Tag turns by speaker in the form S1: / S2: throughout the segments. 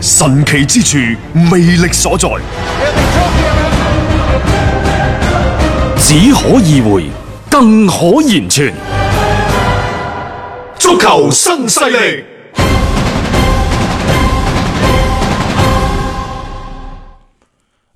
S1: 神奇之處，魅力所在，
S2: 只可意會，更可言傳。
S3: 足球新勢力，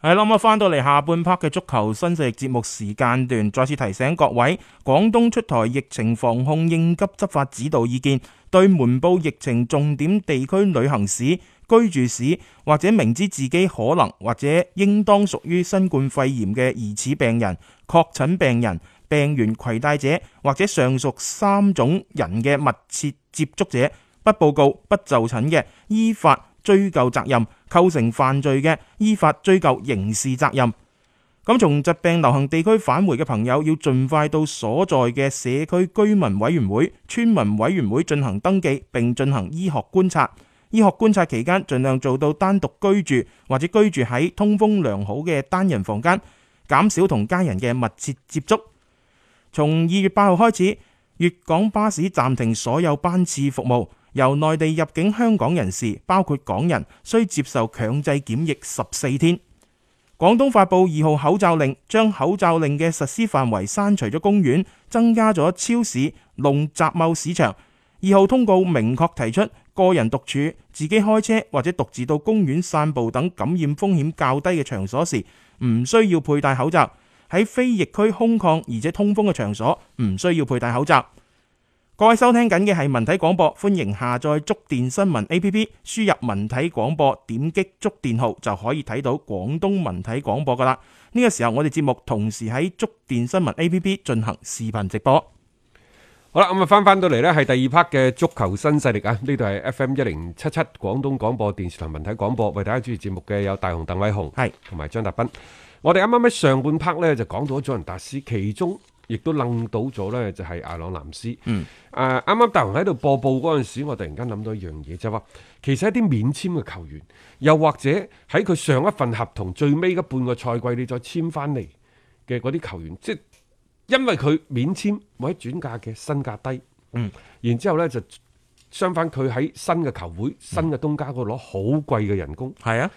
S4: 係啦，咁啊，翻到嚟下半 part 嘅足球新勢力節目時間段，再次提醒各位，廣東出台疫情防控應急執法指導意見，對瞞報疫情重點地區旅行史、居住史或者明知自己可能或者應當屬於新冠肺炎嘅疑似病人、確診病人、病原攜帶者或者上述三種人嘅密切接觸者，不報告、不就診嘅，依法追究責任；構成犯罪嘅，依法追究刑事責任。咁從疾病流行地區返回嘅朋友，要盡快到所在嘅社區居民委員會、村民委員會進行登記，並進行醫學觀察。醫學觀察期間，盡量做到單獨居住或者居住喺通風良好嘅單人房間，減少同家人嘅密切接觸。從二月八號開始，粵港巴士暫停所有班次服務。由內地入境香港人士，包括港人，需接受強制檢疫十四天。廣東發布二號口罩令，將口罩令嘅實施範圍刪除咗公園，增加咗超市、農集貿市場。二號通告明確提出，個人獨處、自己開車或者獨自到公園散步等感染風險較低嘅場所時，唔需要佩戴口罩；喺非疫區空曠而且通風嘅場所，唔需要佩戴口罩。各位收聽緊嘅係文體廣播，歡迎下載觸電新聞 A P P，輸入文體廣播，點擊觸電號就可以睇到廣東文體廣播噶啦。呢、個時候我哋節目同時喺觸電新聞 A P P 進行視頻直播。
S5: 好啦，咁啊翻翻到嚟呢，係第二 part 嘅足球新勢力啊！呢度係 F M 一零七七廣東廣播電視台文體廣播為大家主持節目嘅有大雄、鄧偉雄，
S4: 係
S5: 同埋張達斌。我哋啱啱喺上半 part 呢，就講到咗佐仁達斯，其中亦都楞到咗呢，就係阿朗南斯。嗯，誒啱啱大雄喺度播報嗰陣時，我突然間諗到一樣嘢，就係話其實一啲免簽嘅球員，又或者喺佢上一份合同最尾嗰半個賽季，你再簽翻嚟嘅嗰啲球員，即係因為佢免簽或者轉價嘅身價低，嗯，然之後呢，就相反佢喺新嘅球會、新嘅東家嗰度攞好貴嘅人工，
S4: 係啊，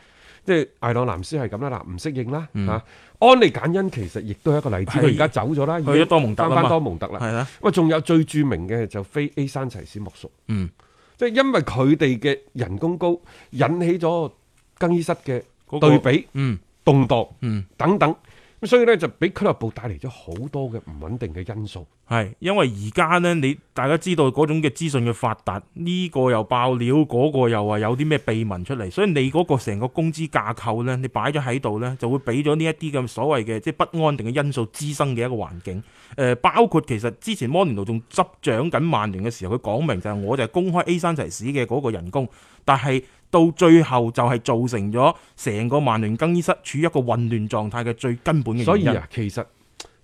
S5: 即係艾朗藍斯係咁啦，嗱唔適應啦嚇、安利簡恩其實亦都係一個例子，
S4: 係
S5: 佢而家走咗啦，已經
S4: 去咗多蒙特啦嘛
S5: 翻翻多蒙特啦，
S4: 係啦。
S5: 喂，仲有最著名嘅就非 A 山齊斯莫屬，
S4: 嗯，
S5: 即係因為佢哋嘅人工高，引起咗更衣室嘅
S4: 嗰個
S5: 對比、
S4: 嗯
S5: 動盪、
S4: 嗯
S5: 等等，咁所以呢，就俾俱樂部帶嚟咗好多嘅唔穩定嘅因素。
S4: 係，因為而家呢，你大家知道嗰種嘅資訊嘅發達，呢、個又爆料，嗰、個又話有啲咩秘聞出嚟，所以你嗰個成個工資架構呢，你擺咗喺度呢，就會俾咗呢一啲咁所謂嘅即係不安定嘅因素滋生嘅一個環境。誒、包括其實之前摩連奴仲執掌緊曼聯嘅時候，佢講明就係我就係公開 A 山齊士嘅嗰個人工，但係到最後就係造成咗成個曼聯更衣室處於一個混亂狀態嘅最根本嘅原因。
S5: 所以啊，其實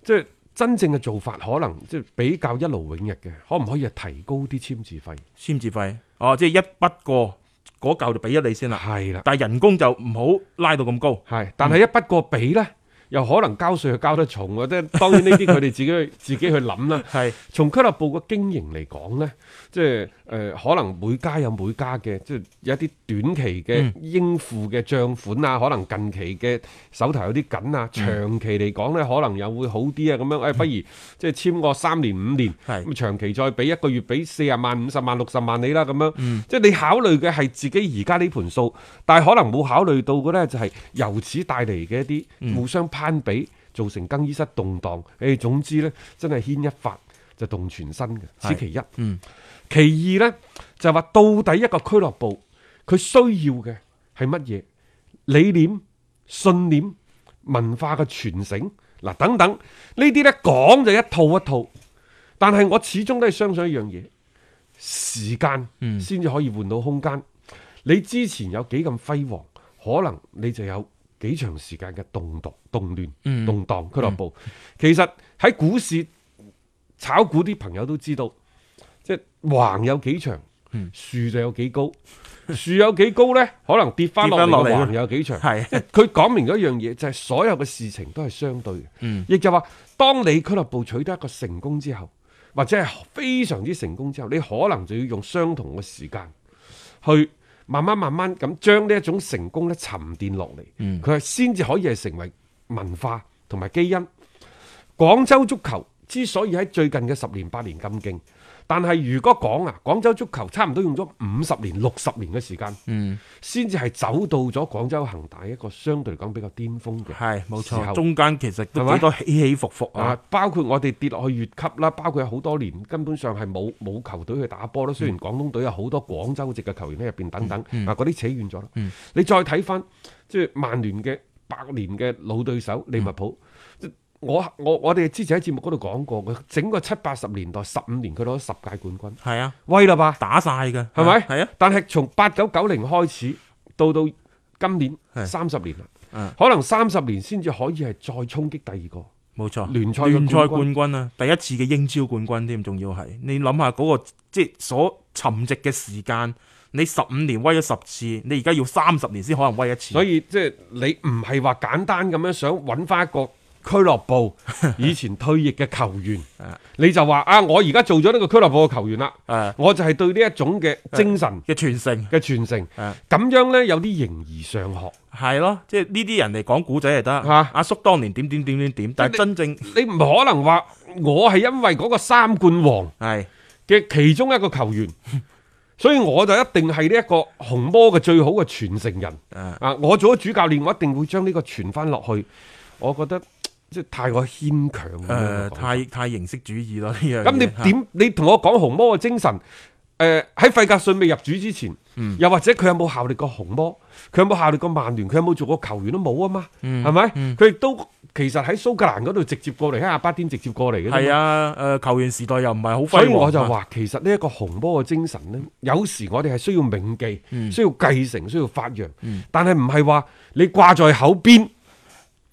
S5: 即係真正嘅做法，可能即係比較一勞永逸嘅，可唔可以係提高啲簽字費？
S4: 簽字費哦，即係一筆過嗰嚿就俾咗你先啦。
S5: 係啦，
S4: 但係人工就唔好拉到咁高。
S5: 係，但係一筆過俾呢，又可能交税又交得重喎。即係當然呢啲佢哋自己去自己去諗啦。
S4: 係
S5: 從俱樂部嘅經營嚟講呢，即係誒、呃可能每家有每家嘅，即係有一啲短期嘅應付嘅帳款啊，可能近期嘅手頭有啲緊啊，長期嚟講呢，可能又會好啲啊，咁樣誒、哎不如即係簽個三年五年，
S4: 係
S5: 咁長期再俾一個月俾四十萬、五十萬、六十萬你啦，咁樣，即係你考慮嘅係自己而家呢盤數，但係可能冇考慮到嘅呢，就係由此帶嚟嘅一啲互相攀比。造成更衣室動盪，誒、總之呢，真係牽一發就動全身嘅，此其一。
S4: 嗯
S5: 其二呢，就係話到底一個俱樂部佢需要嘅係乜嘢理念、信念、文化嘅傳承嗱等等呢啲呢，講就一套一套，但係我始終都係相信一樣嘢，時間先至可以換到空間。你之前有幾咁輝煌，可能你就有幾長時間嘅動盪、動亂、動盪俱樂部。其實喺股市炒股啲朋友都知道，即係橫有幾長，
S4: 嗯
S5: 樹就有幾高。 樹有幾高呢？可能跌翻落
S4: 跌
S5: 嚟
S4: 返
S5: 嘅
S4: 落嚟
S5: 橫有幾長。
S4: 係
S5: 即係佢講明咗一樣嘢，就係、所有嘅事情都係相對嘅。亦就話，當你俱樂部取得一個成功之後，或者係非常之成功之後，你可能就要用相同嘅時間去慢慢慢慢咁將呢一種成功咧沉澱落嚟，佢係先至可以係成為文化同埋基因。廣州足球之所以喺最近嘅十年八年咁勁，但係如果講啊，廣州足球差唔多用咗五十年、六十年嘅時間，先至係走到咗廣州恒大一個相對嚟講比較巔峰嘅
S4: 係冇
S5: 時候
S4: 錯，中間其實都
S5: 係咪
S4: 幾多起起伏伏啊
S5: 啊！，包括我哋跌落去越級啦，包括有好多年根本上係冇冇球隊去打波啦。雖然廣東隊有好多廣州籍嘅球員喺入邊等等，啊嗰啲扯遠咗啦。你再睇翻即係曼聯嘅百年嘅老對手利物浦，即我我我哋之前喺節目嗰度講過嘅，整個七八十年代十五年佢攞咗十屆冠軍，
S4: 係啊，
S5: 威啦吧？
S4: 打晒嘅，
S5: 係咪？
S4: 係啊，
S5: 但係從八九九零開始到到今年
S4: 係
S5: 三十年啦
S4: 嗯，
S5: 可能三十年先至可以係再衝擊第二個。
S4: 冇錯，
S5: 聯賽嘅
S4: 聯賽
S5: 冠
S4: 冠軍啊，第一次嘅英超冠軍添，仲要係你諗下嗰個即係所沉寂嘅時間，你十五年威咗十次，你而家要三十年先可能威一次，
S5: 嗯所以即係你唔係話簡單咁樣想揾翻一個俱樂部以前退役嘅球員，你就話啊，我而家做咗呢個俱樂部嘅球員啦，
S4: 誒
S5: 我就係對呢一種嘅精神
S4: 啊嘅傳承
S5: 嘅傳承，
S4: 啊
S5: 咁樣呢，有啲形而上學。
S4: 係咯，即係呢啲人嚟講古仔就得，
S5: 啊
S4: 阿叔當年點點點點點，但係真正
S5: 你唔可能話我係因為嗰個三冠王
S4: 係
S5: 嘅其中一個球 員，所以我就一定係呢一個紅魔嘅最好嘅傳承人。
S4: 啊
S5: 啊，我做咗主教練，我一定會將呢個傳翻落去。我覺得即係太過牽強咁樣嘅講
S4: 誒
S5: 法。
S4: 啊太啊太形式主義咯呢樣嘢，
S5: 咁你點？你同我講紅魔嘅精神？誒喺費格遜未入主之前，
S4: 嗯
S5: 又或者佢有冇效力過紅魔？佢有冇效力過曼聯？佢有冇做過球員都冇啊嘛？
S4: 嗯
S5: 係咪？佢亦都其實喺蘇格蘭嗰度直接過嚟，喺阿巴甸直接過嚟嘅啫嘛。
S4: 係啊，誒球員時代又唔係好輝
S5: 所以
S4: 煌
S5: 我就
S4: 啊
S5: 話，其實呢一個紅魔嘅精神呢，有時我哋係需要銘記、
S4: 嗯
S5: 需要繼承、需要發揚，但係唔係話你掛在口邊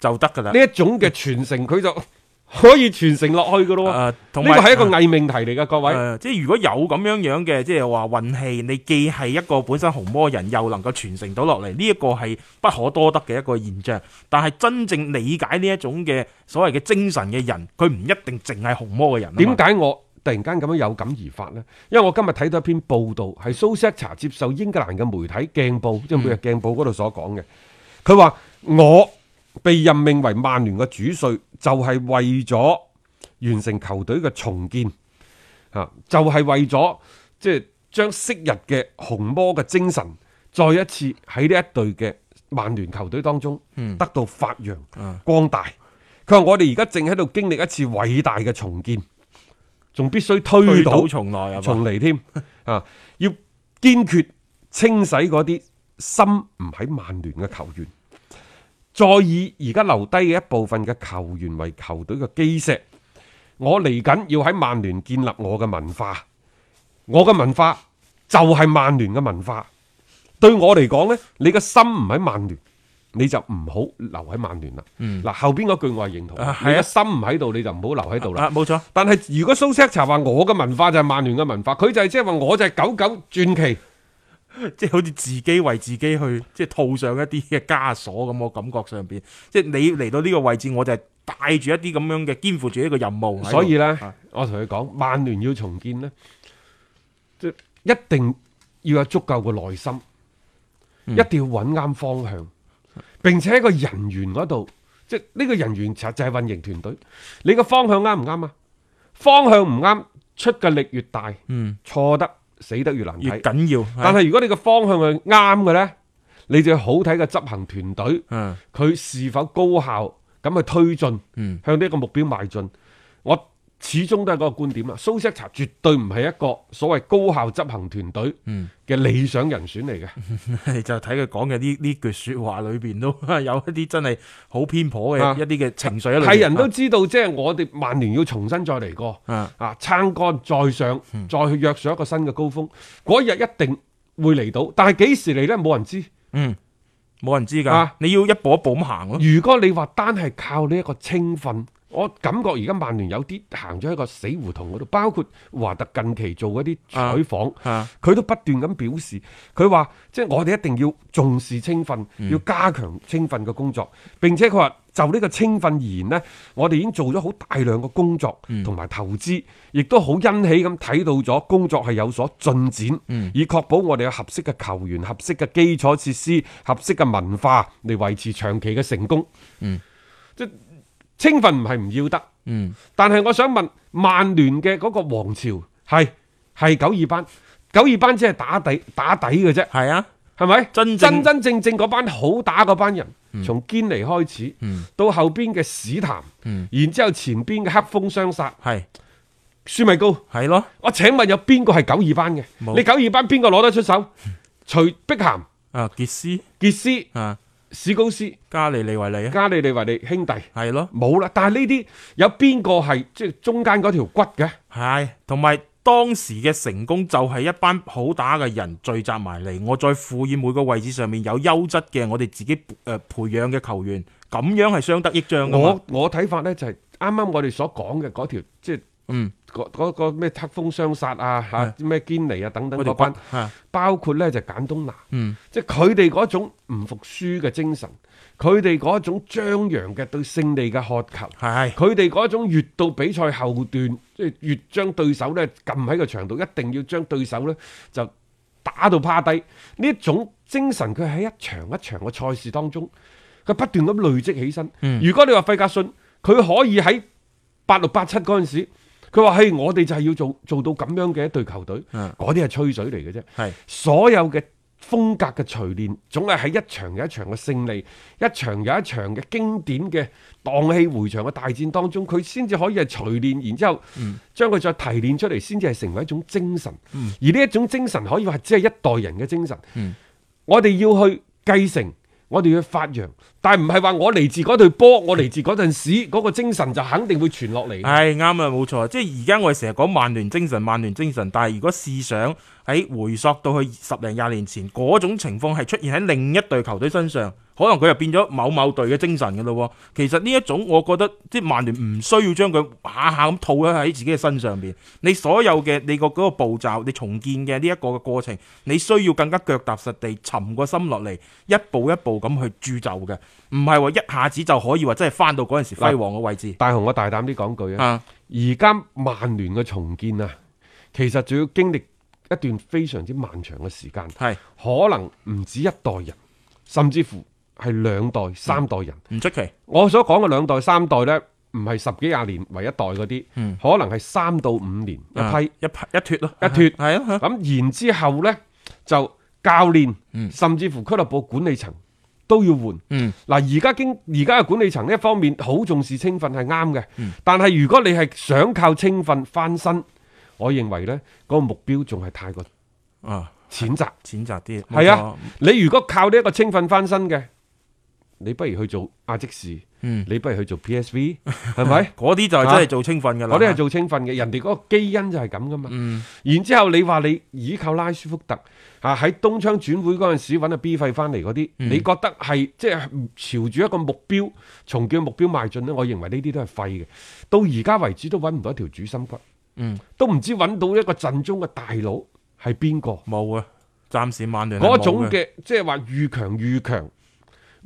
S4: 就得㗎啦
S5: 呢。一種嘅傳承，佢就 可以傳承落去噶咯喎。
S4: 誒啊同
S5: 呢
S4: 埋
S5: 個係一個偽命題嚟㗎，各位。
S4: 誒即係如果有咁樣樣嘅，即係話運氣，你既係一個本身紅魔人，又能夠傳承到落嚟，呢一個係不可多得嘅一個現象。但係真正理解呢一種嘅所謂嘅精神嘅人，佢唔一定淨係紅魔嘅人啊嘛。
S5: 點解我突然間咁樣有感而發呢？因為我今日睇到一篇報道，係蘇斯克查接受英格蘭嘅媒體鏡報，即係
S4: 嗯
S5: 每日鏡報嗰度所講嘅。佢話我被任命為曼聯嘅主帥，就係為咗完成球隊嘅重建，啊，就係為咗即係將昔日嘅紅魔嘅精神，再一次喺呢一隊嘅曼聯球隊當中
S4: 嗯
S5: 得到發揚
S4: 啊
S5: 光大。佢話我哋而家正喺度經歷一次偉大嘅重建，仲必須推
S4: 推倒
S5: 倒
S4: 重來啊嘛？
S5: 重嚟添啊！要堅決清洗嗰啲心唔喺曼聯嘅球員，再以而家留低嘅一部分嘅球員為球隊嘅基石。我嚟緊要喺曼聯建立我嘅文化，我嘅文化就係曼聯嘅文化。對我嚟講呢，你嘅心唔喺曼聯，你就唔好留喺曼聯啦。嗱、後邊嗰句我係認同，
S4: 嗯啊
S5: 你
S4: 係啊
S5: 嘅心唔喺度，你就唔好留喺度啦
S4: 啊，。冇錯，
S5: 但係如果蘇斯克查話我嘅文化就係曼聯嘅文化，佢就係即係話我就係九九傳奇，
S4: 即係好似自己為自己去即係套上一啲嘅枷鎖咁，我感覺上邊，即係你嚟到呢個位置，我就係帶住一啲咁樣嘅肩負住一個任務喺度。
S5: 所以呢
S4: 啊，
S5: 我同佢講，曼聯要重建呢，即一定要有足夠嘅耐心，
S4: 嗯
S5: 一定要揾啱方向，並且喺個人員嗰度，即係呢個人員其實就係運營團隊，你個方向啱唔啱啊？方向唔啱，出嘅力越大，錯得死得越難
S4: 嗯越
S5: 睇。
S4: 緊要，
S5: 但係如果你個方向係啱嘅呢，你就要好睇嘅執行團隊。
S4: 嗯
S5: 佢是否高效咁去推進，
S4: 嗯
S5: 向呢一個目標邁進。我始終都係嗰個觀點啦。啊蘇斯克查絕對唔係一個所謂高效執行團隊
S4: 嗯
S5: 嘅理想人選嚟嘅。
S4: 就睇佢講嘅呢呢句説話裏邊都 有一啲真係好偏頗
S5: 啊
S4: 嘅一啊啲嘅情緒喺裏邊。
S5: 係人都知道，即係我哋曼聯要重新再嚟過，
S4: 啊嗯
S5: 啊撐杆再上，再去躍上一個新嘅高峰。嗰日一定會嚟到，但係幾時嚟呢？冇人知。
S4: 冇人知㗎
S5: 啊。
S4: 你要一步一步咁行咯。
S5: 如果你話單係靠呢一個青訓，我感覺而家曼聯有啲行咗一個死胡同嗰度，包括華特近期做嗰啲採訪，佢、
S4: 啊
S5: 都不斷咁表示，佢話即係我哋一定要重視青訓，要加強青訓嘅工作。並且佢話就呢個青訓而言呢，我哋已經做咗好大量嘅工作同埋投資，亦都好欣喜咁睇到咗工作係有所進展，以確保我哋有合適嘅球員、合適嘅基礎設施、合適嘅文化嚟維持長期嘅成功。即青訓唔係唔要得，
S4: 嗯，
S5: 但係我想問曼聯嘅嗰個王朝係係九二班，九二班只係打底打底嘅啫，
S4: 係啊，
S5: 係咪？
S4: 真正嗯
S5: 真真正正嗰班好打嗰班人，從堅尼開始，到後邊嘅史談，
S4: 嗯
S5: 然之後前邊嘅黑風雙殺，
S4: 係
S5: 舒米高，
S4: 係咯，
S5: 我請問有邊個係九二班嘅？
S4: 冇
S5: 你九二班邊個攞得出手？除碧咸、
S4: 啊傑斯
S5: 傑斯、
S4: 啊，
S5: 史高斯、
S4: 加利利維利啊，
S5: 加里利維利兄弟。
S4: 係咯。
S5: 冇啦，但係呢啲有邊個係即係中間嗰條骨嘅？
S4: 系，同埋當時嘅成功就係一班好打嘅人聚集埋嚟，我再賦予每個位置上面有優質嘅我哋自己诶培養嘅球員，咁啊樣係相得益彰噶嘛
S5: 我。我睇法呢就係啱啱我哋所講嘅嗰條即係
S4: 嗯，
S5: 嗰嗰個咩黑風雙殺啊嚇咩堅尼啊等等
S4: 嗰條
S5: 嗰班
S4: 骨係，
S5: 包括呢就簡東拿，
S4: 嗯
S5: 即係佢哋嗰種唔服輸嘅精神，佢哋嗰種張揚嘅對勝利嘅渴求。
S4: 係
S5: 佢哋嗰種越到比賽後段，即係越將對手咧撳喺個場度，一定要將對手咧就打到趴低。呢一種精神，佢喺一場一場嘅賽事當中，佢不斷咁累積起身。
S4: 嗯
S5: 如果你話費格遜，佢可以喺八六八七嗰陣時。佢話：嘿，我哋就係要做做到咁樣嘅一隊球隊，
S4: 嗯
S5: 嗰啲係吹水嚟嘅啫。
S4: 係
S5: 所有嘅風格嘅錘煉，總係喺一場有一場嘅勝利，一場有一場嘅經典嘅蕩氣迴腸嘅大戰當中，佢先至可以係錘煉，然之後將佢再提煉出嚟，先至係成為一種精神。而呢一種精神可以話只係一代人嘅精神。我哋要去繼承，我哋要去發揚，但唔係話我嚟自嗰隊波，我嚟自嗰陣時嗰、個精神就肯定會傳落嚟。
S4: 係啱啦，冇錯。即係而家我哋成日講曼聯精神，曼聯精神。但係如果試想喺回溯到去十零廿年前嗰種情況係出現喺另一隊球隊身上，可能佢就變咗某某隊嘅精神噶咯。其實呢一種我覺得即係曼聯唔需要將佢下下咁套咗喺自己嘅身上邊。你所有嘅你個嗰個步驟，你重建嘅呢一個嘅過程，你需要更加腳踏實地，沉個心落嚟，一步一步咁去鑄就嘅，唔係話一下子就可以話真係翻到嗰陣時輝煌嘅位置
S5: 大雄，我大膽啲講句啊！
S4: 啊！
S5: 而家曼聯嘅重建啊，其實仲要經歷一段非常之漫長嘅時間，
S4: 係
S5: 可能唔止一代人，甚至乎係兩代、三代人。
S4: 唔出奇。
S5: 我所講嘅兩代、三代呢，唔係十幾廿年為一代嗰啲，可能係三到五年一
S4: 啊
S5: 批。
S4: 一批一脱咯，
S5: 一脫
S4: 系 啊，
S5: 咁然之後呢，就教練，甚至乎俱樂部管理層都要換。
S4: 嗯
S5: 嗱，而家經而家嘅管理層呢一方面好重視青訓係啱嘅，
S4: 嗯
S5: 但係如果你係想靠青訓翻身，我認為呢嗰個目標仲係太過
S4: 啊，
S5: 淺窄。
S4: 淺窄啲，冇
S5: 係啊
S4: 錯，，
S5: 你如果靠呢一個青訓翻身嘅，你不如去做亞積士，
S4: 嗯？
S5: 你不如去做 PSV，係咪
S4: 嗰啲就真係做清訓噶啦，
S5: 啊
S4: 嗯
S5: 我哋係做青訓嘅，人哋嗰個基因就係咁噶嘛。然之後你話你倚靠拉舒福特啊喺東窗轉會嗰陣時揾阿 B 費翻嚟嗰啲，
S4: 嗯
S5: 你覺得係即係朝住一個目標重建目標邁進呢？我認為呢啲都係廢嘅。到而家為止都揾唔到一條主心骨，
S4: 嗯
S5: 都唔知揾到一個陣中嘅大佬係邊個。
S4: 冇啊，暫時曼聯係冇
S5: 嗰種嘅即係話愈強愈強、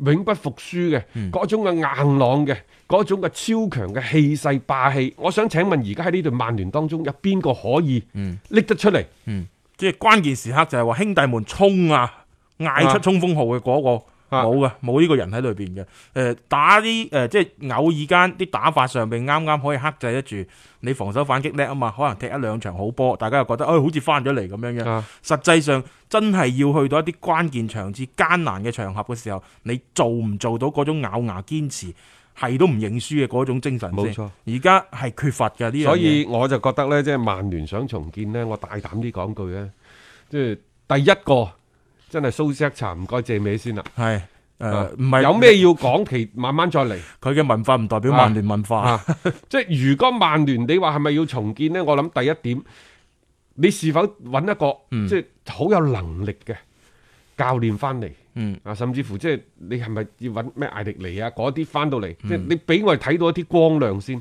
S5: 永不服輸嘅
S4: 嗯
S5: 嗰種嘅硬朗嘅嗰種嘅超強嘅氣勢霸氣，我想請問而家喺呢隊曼聯當中有邊個可以
S4: 嗯
S5: 拎得出嚟？
S4: 即係關鍵時刻就係話兄弟們衝啊，嗌出
S5: 啊
S4: 衝鋒號嘅嗰個。
S5: 啊
S4: 冇嘅，冇呢個人喺裏邊嘅。誒、打啲誒、即係偶爾間啲打法上邊啱啱可以克制得住。你防守反擊叻啊嘛，可能踢一兩場好波，大家又覺得誒、哎好似翻咗嚟咁樣樣。
S5: 啊
S4: 實際上真係要去到一啲關鍵場次、艱難嘅場合嘅時候，你做唔做到嗰種咬牙堅持，係都唔認輸嘅嗰種精神先
S5: 冇錯，
S4: 而家係缺乏嘅呢樣嘢。
S5: 所以我就覺得呢，即係曼聯想重建呢，我大膽啲講句咧，即係第一個真係蘇斯克查唔該借尾先啦。
S4: 係誒
S5: 啊
S4: 唔係
S5: 有咩要講，其慢慢再嚟。
S4: 佢嘅文化唔代表曼 聯文化。
S5: 啊，即係如果曼聯你話係咪要重建呢？我諗第一點，你是否揾一個即係好有能力嘅教練翻嚟？
S4: 嗯
S5: 啊，甚至乎即係你係咪要揾咩艾力尼啊嗰啲翻到嚟？即係你俾我哋睇到一啲光亮先。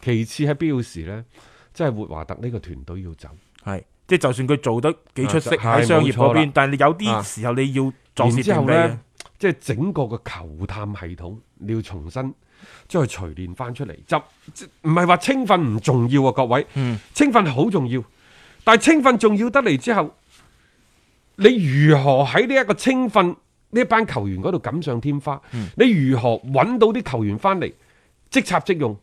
S5: 其次喺必要時呢，即係活華特呢個團隊要走，
S4: 系即系就算佢做得幾出色
S5: 啊
S4: 喺
S5: 係
S4: 商
S5: 冇
S4: 業嗰
S5: 錯
S4: 邊
S5: 啦，
S4: 但係你有
S5: 啊
S4: 啲時候你要
S5: 然
S4: 壯士
S5: 之後
S4: 斷臂嘅
S5: 呢，即係整個嘅球探系統你要重新將佢錘煉翻出嚟，就即唔係話青訓唔重要啊，各位，
S4: 嗯
S5: 青訓好重要，但係青訓重要得嚟之後，你如何喺呢一個青訓呢一班球員嗰度錦上添花？
S4: 嗯
S5: 你如何揾到啲球員翻嚟即插即用，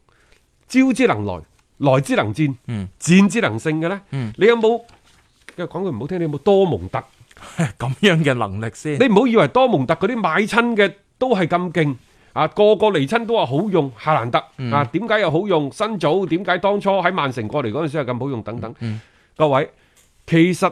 S5: 招之能來，來之能戰，
S4: 嗯
S5: 戰之能勝嘅呢？
S4: 嗯
S5: 你有冇？講句唔好聽，你有冇多蒙特？
S4: 咁樣嘅 能力先。
S5: 你唔好以為多蒙特嗰啲買親嘅都係咁勁啊，個個嚟親都話好用，夏蘭特、
S4: 嗯
S5: 啊，點解又好用？新組點解當初喺曼城過嚟嗰陣時係咁好用？等等，
S4: 嗯
S5: 各位，其實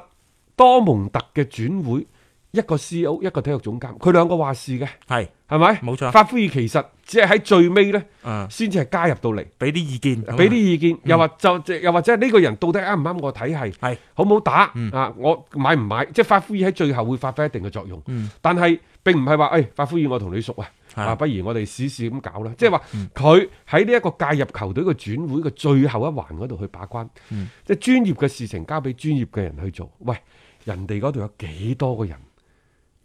S5: 多蒙特嘅轉會，一個 C.O. 一個體育總監，佢兩個話事嘅，
S4: 係
S5: 係咪？
S4: 冇錯
S5: 發揮其實只係喺最尾呢，
S4: 嗯
S5: 先至係加入到嚟。
S4: 俾啲意見，
S5: 俾啲意見，又或就就又或者呢個人到底啱唔啱我體系，
S4: 嗯係嗯
S5: 好唔好打啊？我買唔買？即係法夫爾喺最後會發揮一定嘅作用，但係並唔係話，哎誒法夫爾我同你熟啊，
S4: 嗯係嗯
S5: 啊不如我哋試試咁搞啦。即係話佢喺呢一個介入球隊嘅轉會嘅最後一環嗰度去把關，
S4: 嗯
S5: 即係專業嘅事情交俾專業嘅人去做。喂，人哋嗰度有幾多個人？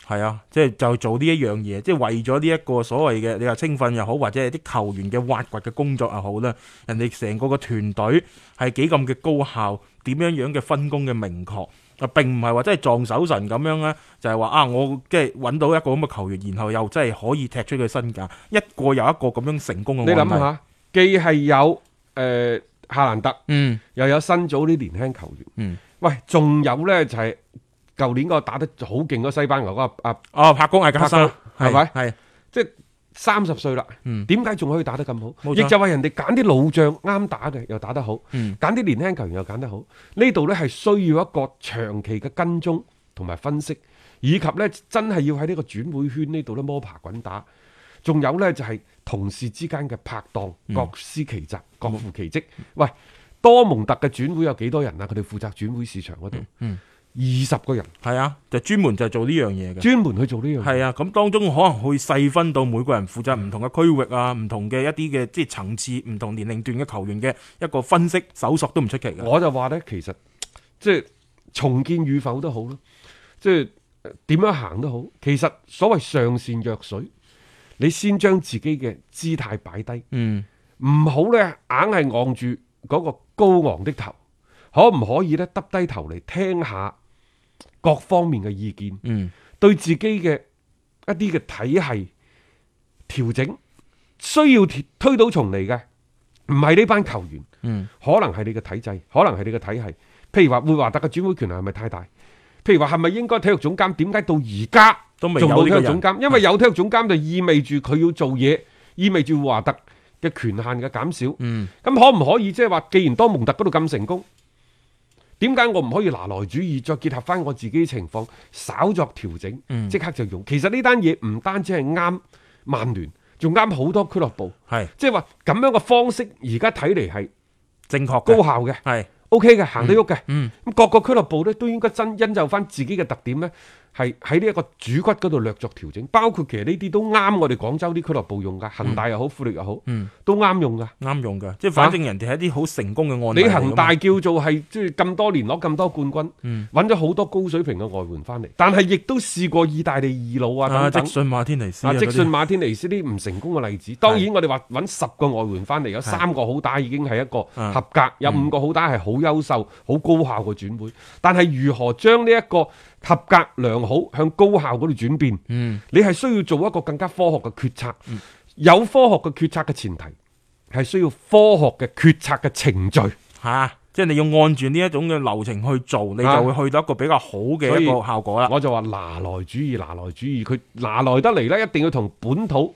S4: 係啊，即係就做呢一樣嘢，即係為咗呢一個所謂嘅你話青訓又好，或者係啲球員嘅挖掘嘅工作又好啦，人哋成個個團隊係幾咁嘅高效，點樣樣嘅分工嘅明確。啊，並唔係話真係撞手神咁樣咧，就係話啊，我即係揾到一個咁嘅球員，然後又真係可以踢出佢身價，一個又一個咁樣成功嘅
S5: 你
S4: 案
S5: 諗
S4: 例
S5: 下，既係有誒夏蘭特。
S4: 嗯，
S5: 又有新組啲年輕球員。
S4: 嗯，
S5: 喂，仲有呢，就係、舊年嗰個打得好勁嗰西班牙嗰個啊，
S4: 哦，拍工艾格沙
S5: 拍工係
S4: 係
S5: 即係三十歲啦
S4: 嗯，
S5: 點解仲可以打得咁好？
S4: 冇錯
S5: 亦就話人哋揀啲老將啱打嘅又打得好，
S4: 嗯
S5: 揀啲年輕球員又揀得好。呢度呢係需要一個長期嘅跟蹤同埋分析，以及呢真係要喺呢個轉會圈呢度呢摸爬滾打。仲有呢，就係、同事之間嘅拍檔，各司其責，各負其職。喂，多蒙特嘅轉會有幾多人啊？佢哋負責轉會市場嗰度，二十個人
S4: 係啊，就專門就做呢樣嘢嘅。
S5: 專門去做呢樣嘢。
S4: 係啊，咁當中可能會細分到每個人負責唔同嘅區域啊，唔同嘅一啲嘅即係層次、唔同年齡段嘅球員嘅一個分析搜索都唔出奇嘅。
S5: 我就話呢，其實即係重建與否都好啦，即係呃點樣行都好。其實所謂上善若水，你先將自己嘅姿態擺低，
S4: 嗯，
S5: 唔好呢，硬係昂住嗰個高昂的頭，可唔可以呢？耷低頭嚟聽下各方面嘅意見，
S4: 嗯，
S5: 對自己嘅一啲嘅體系調整，需要推推倒重嚟嘅，唔係呢班球員。
S4: 嗯，
S5: 可能係你嘅體制，可能係你嘅體系。譬如話，會華特嘅轉會權係咪太大？譬如話，係咪應該體育總監？點解到而家
S4: 都未
S5: 仲
S4: 有
S5: 冇
S4: 呢
S5: 體
S4: 個
S5: 育
S4: 人
S5: 總監？因為有體育總監就意味住佢要做嘢，意味住會華特嘅權限嘅減少。
S4: 嗯，
S5: 咁可唔可以即係話，既然多蒙特嗰度咁成功，點解我唔可以拿來主義，再結合翻我自己嘅情況，稍作調整，
S4: 嗯
S5: 即刻就用？其實呢單嘢唔單止係啱曼聯，仲啱好多俱樂部。
S4: 係
S5: 即係話咁樣嘅方式，而家睇嚟係
S4: 正確嘅
S5: 高啊效嘅。
S4: 係
S5: O K 嘅，行得喐嘅。
S4: 嗯
S5: 咁各個俱樂部咧都應該真因就翻自己嘅特點咧，係喺呢一個主骨嗰度略作調整。包括其實呢啲都啱我哋廣州啲俱樂部用噶，恒大又好，富力又好，
S4: 嗯
S5: 都啱用噶。
S4: 啱用嘅，即係反正人哋係一啲好成功嘅案例
S5: 你
S4: 嚟㗎嘛。
S5: 恒大啊叫做係即係咁多年攞咁多冠軍，
S4: 嗯
S5: 揾咗好多高水平嘅外援翻嚟，但係亦都試過意大利二老啊
S4: 啊，
S5: 等
S4: 積
S5: 等。
S4: 信馬天尼斯
S5: 啊！
S4: 嗰
S5: 即
S4: 啲
S5: 信馬天尼斯呢啲唔成功嘅例子，當然我哋話揾十個外援翻嚟，有三個好打已經係一個
S4: 啊
S5: 合格，有五個好打係好優秀、好高效嘅轉會。但係如何將呢一個合格良好向高效嗰度轉變，
S4: 嗯
S5: 你係需要做一個更加科學嘅決策。有科學嘅決策嘅前提係需要科學嘅決策嘅程序。
S4: 嚇、即係你要按住呢一種嘅流程去做，你
S5: 啊
S4: 就會去到一個比較好嘅
S5: 所
S4: 一
S5: 以
S4: 個效果啦。
S5: 我就話拿來主義，拿來主義，佢拿來得嚟呢，一定要同本土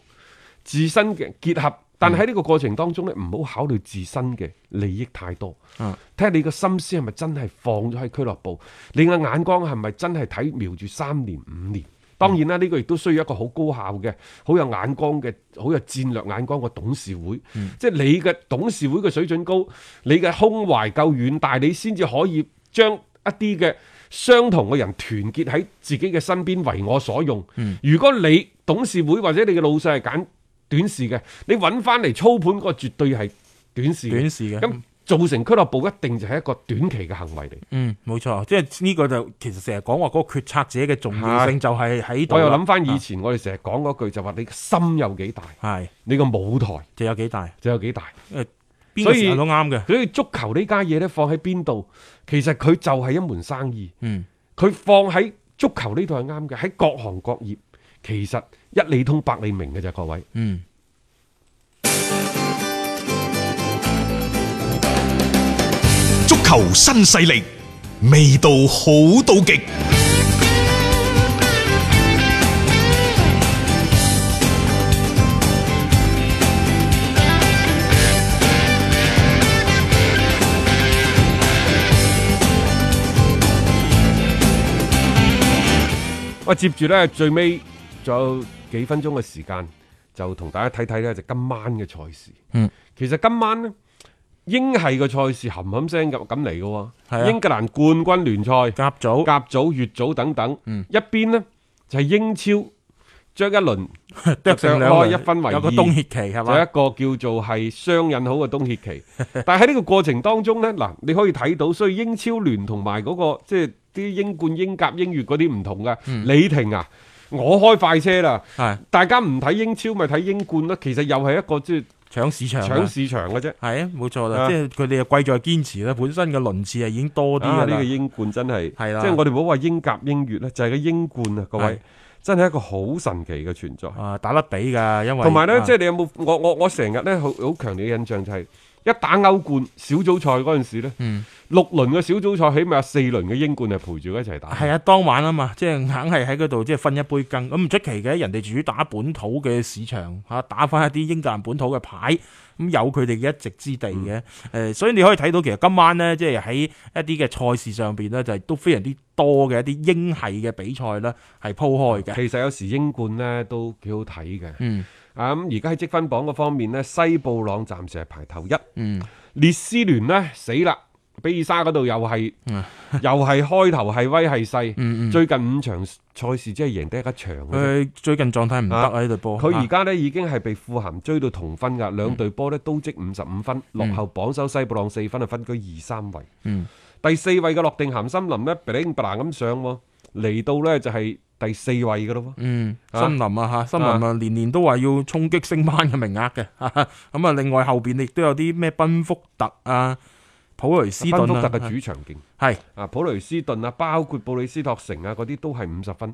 S5: 自身嘅結合。但喺呢個過程當中呢，唔好考慮自身嘅利益太多。
S4: 嗯
S5: 睇下你個心思係咪真係放咗喺俱樂部，你嘅眼光係咪真係睇瞄住三年五年？當然啦，呢、個亦都需要一個好高效嘅、好有眼光嘅、好有戰略眼光嘅董事會。即係你嘅董事會嘅水準高，你嘅胸懷夠遠大，你先至可以將一啲嘅相同嘅人團結喺自己嘅身邊為我所用。如果你董事會或者你嘅老細係揀短視嘅，你揾翻嚟操盤嗰個絕對係短視。
S4: 短視嘅
S5: 咁造成俱樂部一定就係一個短期嘅行為嚟。
S4: 嗯，冇錯，即係呢個就其實成日講話嗰個決策者嘅重要性就係喺度
S5: 我
S4: 啦。
S5: 又諗翻以前我哋成日講嗰句就話你嘅心有幾大，
S4: 係
S5: 你個舞台
S4: 就有幾大，
S5: 就有幾大。
S4: 邊個
S5: 所以
S4: 時候都啱嘅。
S5: 所以足球呢家嘢呢，放喺邊度，其實佢就係一門生意。
S4: 嗯，
S5: 佢放喺足球呢度係啱嘅，喺各行各業其實一理通百理明嘅啫，各位。
S4: 嗯，
S3: 足球新勢力，味道好到極。
S5: 喂，接住呢，最尾仲有幾分鐘嘅時間，就同大家睇睇呢，就今晚嘅賽事。
S4: 嗯，
S5: 其實今晚呢，英系嘅賽事冚冚聲咁咁嚟嘅喎，
S4: 係啊
S5: 英格蘭冠軍聯賽。
S4: 甲組
S5: 甲組、乙組等等。
S4: 嗯
S5: 一邊呢就係英超，將一輪
S4: 得成兩輪
S5: 一分為二啊
S4: 有個冬歇期係
S5: 就有一
S4: 嘛？
S5: 個叫做係雙引號嘅冬歇期。 但係喺呢個過程當中呢，嗱你可以睇到，所以英超聯同埋嗰個即係啲英冠、英甲、英乙嗰啲唔同嘅。
S4: 嗯
S5: 李婷啊，我開快車啦，
S4: 係
S5: 大家唔睇英超咪睇英冠咯。其實又係一個即係
S4: 搶市場啊，
S5: 搶市場嘅啫。
S4: 係啊，冇錯啦，
S5: 啊
S4: 即係佢哋又貴在堅持啦，本身嘅輪次係已經多啲
S5: 啊！呢
S4: 㗎
S5: 個
S4: 啦。
S5: 英冠真係，
S4: 係啦
S5: 即係我哋唔好話英甲、英乙咧，就係個英冠啊，各
S4: 係
S5: 位真係一個好神奇嘅存在。
S4: 啊，打得比㗎，因為
S5: 同埋咧，
S4: 啊
S5: 即係你有冇我我我成日咧好好強烈嘅印象就係、一打歐冠小組賽嗰陣時咧，
S4: 嗯
S5: 六輪嘅小組賽起碼有四輪嘅英冠係陪住佢一齊打。
S4: 係啊，當晚啊嘛，即係硬係喺嗰度即係分一杯羹，咁唔出奇嘅。人哋主打本土嘅市場嚇，打翻一啲英格蘭本土嘅牌，咁有佢哋嘅一席之地嘅。誒、所以你可以睇到其實今晚呢，即係喺一啲嘅賽事上邊呢，就係、都非常之多嘅一啲英系嘅比賽啦，係鋪開嘅。
S5: 其實有時英冠咧都幾好睇嘅。
S4: 嗯
S5: 啊咁而家喺積分榜嗰方面咧，西布朗暫時係排頭一。
S4: 嗯，
S5: 列斯聯呢，死啦，比爾沙嗰度又係
S4: 嗯
S5: 又係開頭係威係勢。最近五場賽事只係贏得一場嘅
S4: 誒、
S5: 啫。
S4: 最近狀態唔得啊
S5: 啊
S4: 呢隊波，
S5: 佢而
S4: 啊嗯
S5: 家呢已經係被富咸追到同分㗎，兩隊波呢都積五十五分，落後榜首西布朗四分，係分居二三位。
S4: 嗯
S5: 第四位嘅洛定咸森林呢，bling bling 咁上喎，嚟到呢就係第四位嘅咯喎。
S4: 嗯，
S5: 啊
S4: 森林啊嚇，森林啊年年都話要衝擊升班嘅名額嘅， 咁啊另外後邊亦都有啲咩賓福特啊、普雷斯
S5: 賓
S4: 頓
S5: 福
S4: 啊
S5: 特，嘅主場勁
S4: 係
S5: 啊，普雷斯頓啊，包括布里斯托城啊嗰啲都係五十分。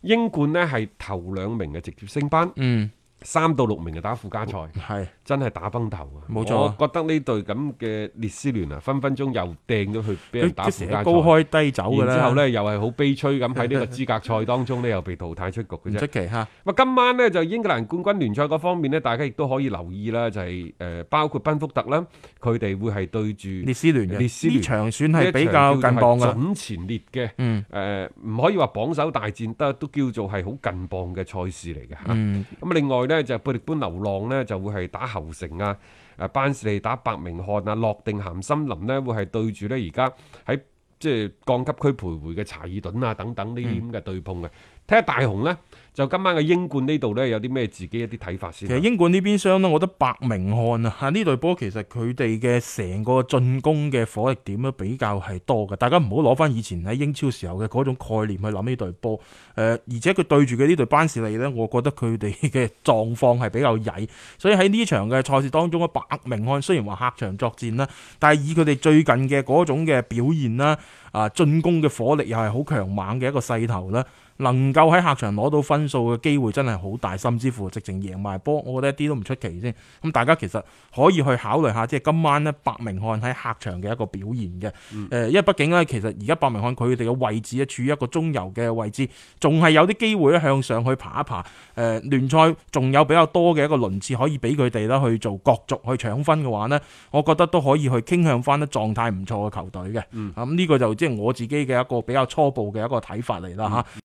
S5: 英冠呢係頭兩名嘅直接升班，
S4: 嗯
S5: 三到六名嘅打附加賽，
S4: 係
S5: 真係打崩頭啊！
S4: 冇錯啊
S5: 我覺得呢隊咁嘅列斯聯啊，分分鐘又掟咗去俾人
S4: 佢
S5: 打
S4: 佢
S5: 附
S4: 成日
S5: 加賽。
S4: 高開低走嘅
S5: 然
S4: 啦，
S5: 之後呢，又係好悲催咁喺呢個資格賽當中呢，又被淘汰出局嘅
S4: 唔出
S5: 啫。
S4: 奇嚇，
S5: 咁今晚呢，就英格蘭冠軍聯賽嗰方面呢，大家亦都可以留意啦，就係、呃包括賓福特啦，佢哋會係對住
S4: 列斯聯嘅
S5: 列斯聯
S4: 呢場算
S5: 呢一
S4: 係比較
S5: 場
S4: 近
S5: 叫做
S4: 磅
S5: 係
S4: 嘅啦，
S5: 準前列嘅，誒唔、
S4: 嗯
S5: 可以話榜首大戰，得都叫做係好近磅嘅賽事嚟嘅嚇。
S4: 嗯
S5: 咁另外呢，就貝力般流浪呢，就會係打侯城啊，誒班士利打伯明翰啊，諾定咸森林呢，會係對住呢而家喺即係降級區徘徊嘅查爾頓啊等等呢啲
S4: 嗯
S5: 咁嘅對碰嘅。睇下大雄呢，就今晚嘅英冠呢度呢，有啲咩自己一啲睇法先
S4: 其實
S5: 啊。
S4: 英冠呢邊廂呢，我覺得白明漢啊，呢隊波其實佢哋嘅成個進攻嘅火力點都比較係多嘅。大家唔好攞翻以前喺英超時候嘅嗰種概念去諗呢隊波。誒、呃而且佢對住嘅呢隊班士利呢，我覺得佢哋嘅狀況係比較曳。所以喺呢場嘅賽事當中咧，白明漢雖然話客場作戰啦，但係以佢哋最近嘅嗰種嘅表現啦，啊進攻嘅火力又係好強猛嘅一個勢頭啦。能夠喺客場攞到分數嘅機會真係好大，甚至乎直情贏埋波，我覺得一啲都唔出奇先。咁大家其實可以去考慮下，即係今晚呢，白明漢喺客場嘅一個表現嘅。誒、因為畢竟呢，其實而家白明漢佢哋嘅位置咧，處於一個中游嘅位置，仲係有啲機會咧向上去爬一爬。誒、呃，聯賽仲有比較多嘅一個輪次可以俾佢哋啦去做角逐去搶分嘅話呢，我覺得都可以去傾向翻咧狀態唔錯嘅球隊嘅。咁呢、個就即係我自己嘅一個比較初步嘅一個睇法嚟啦嚇。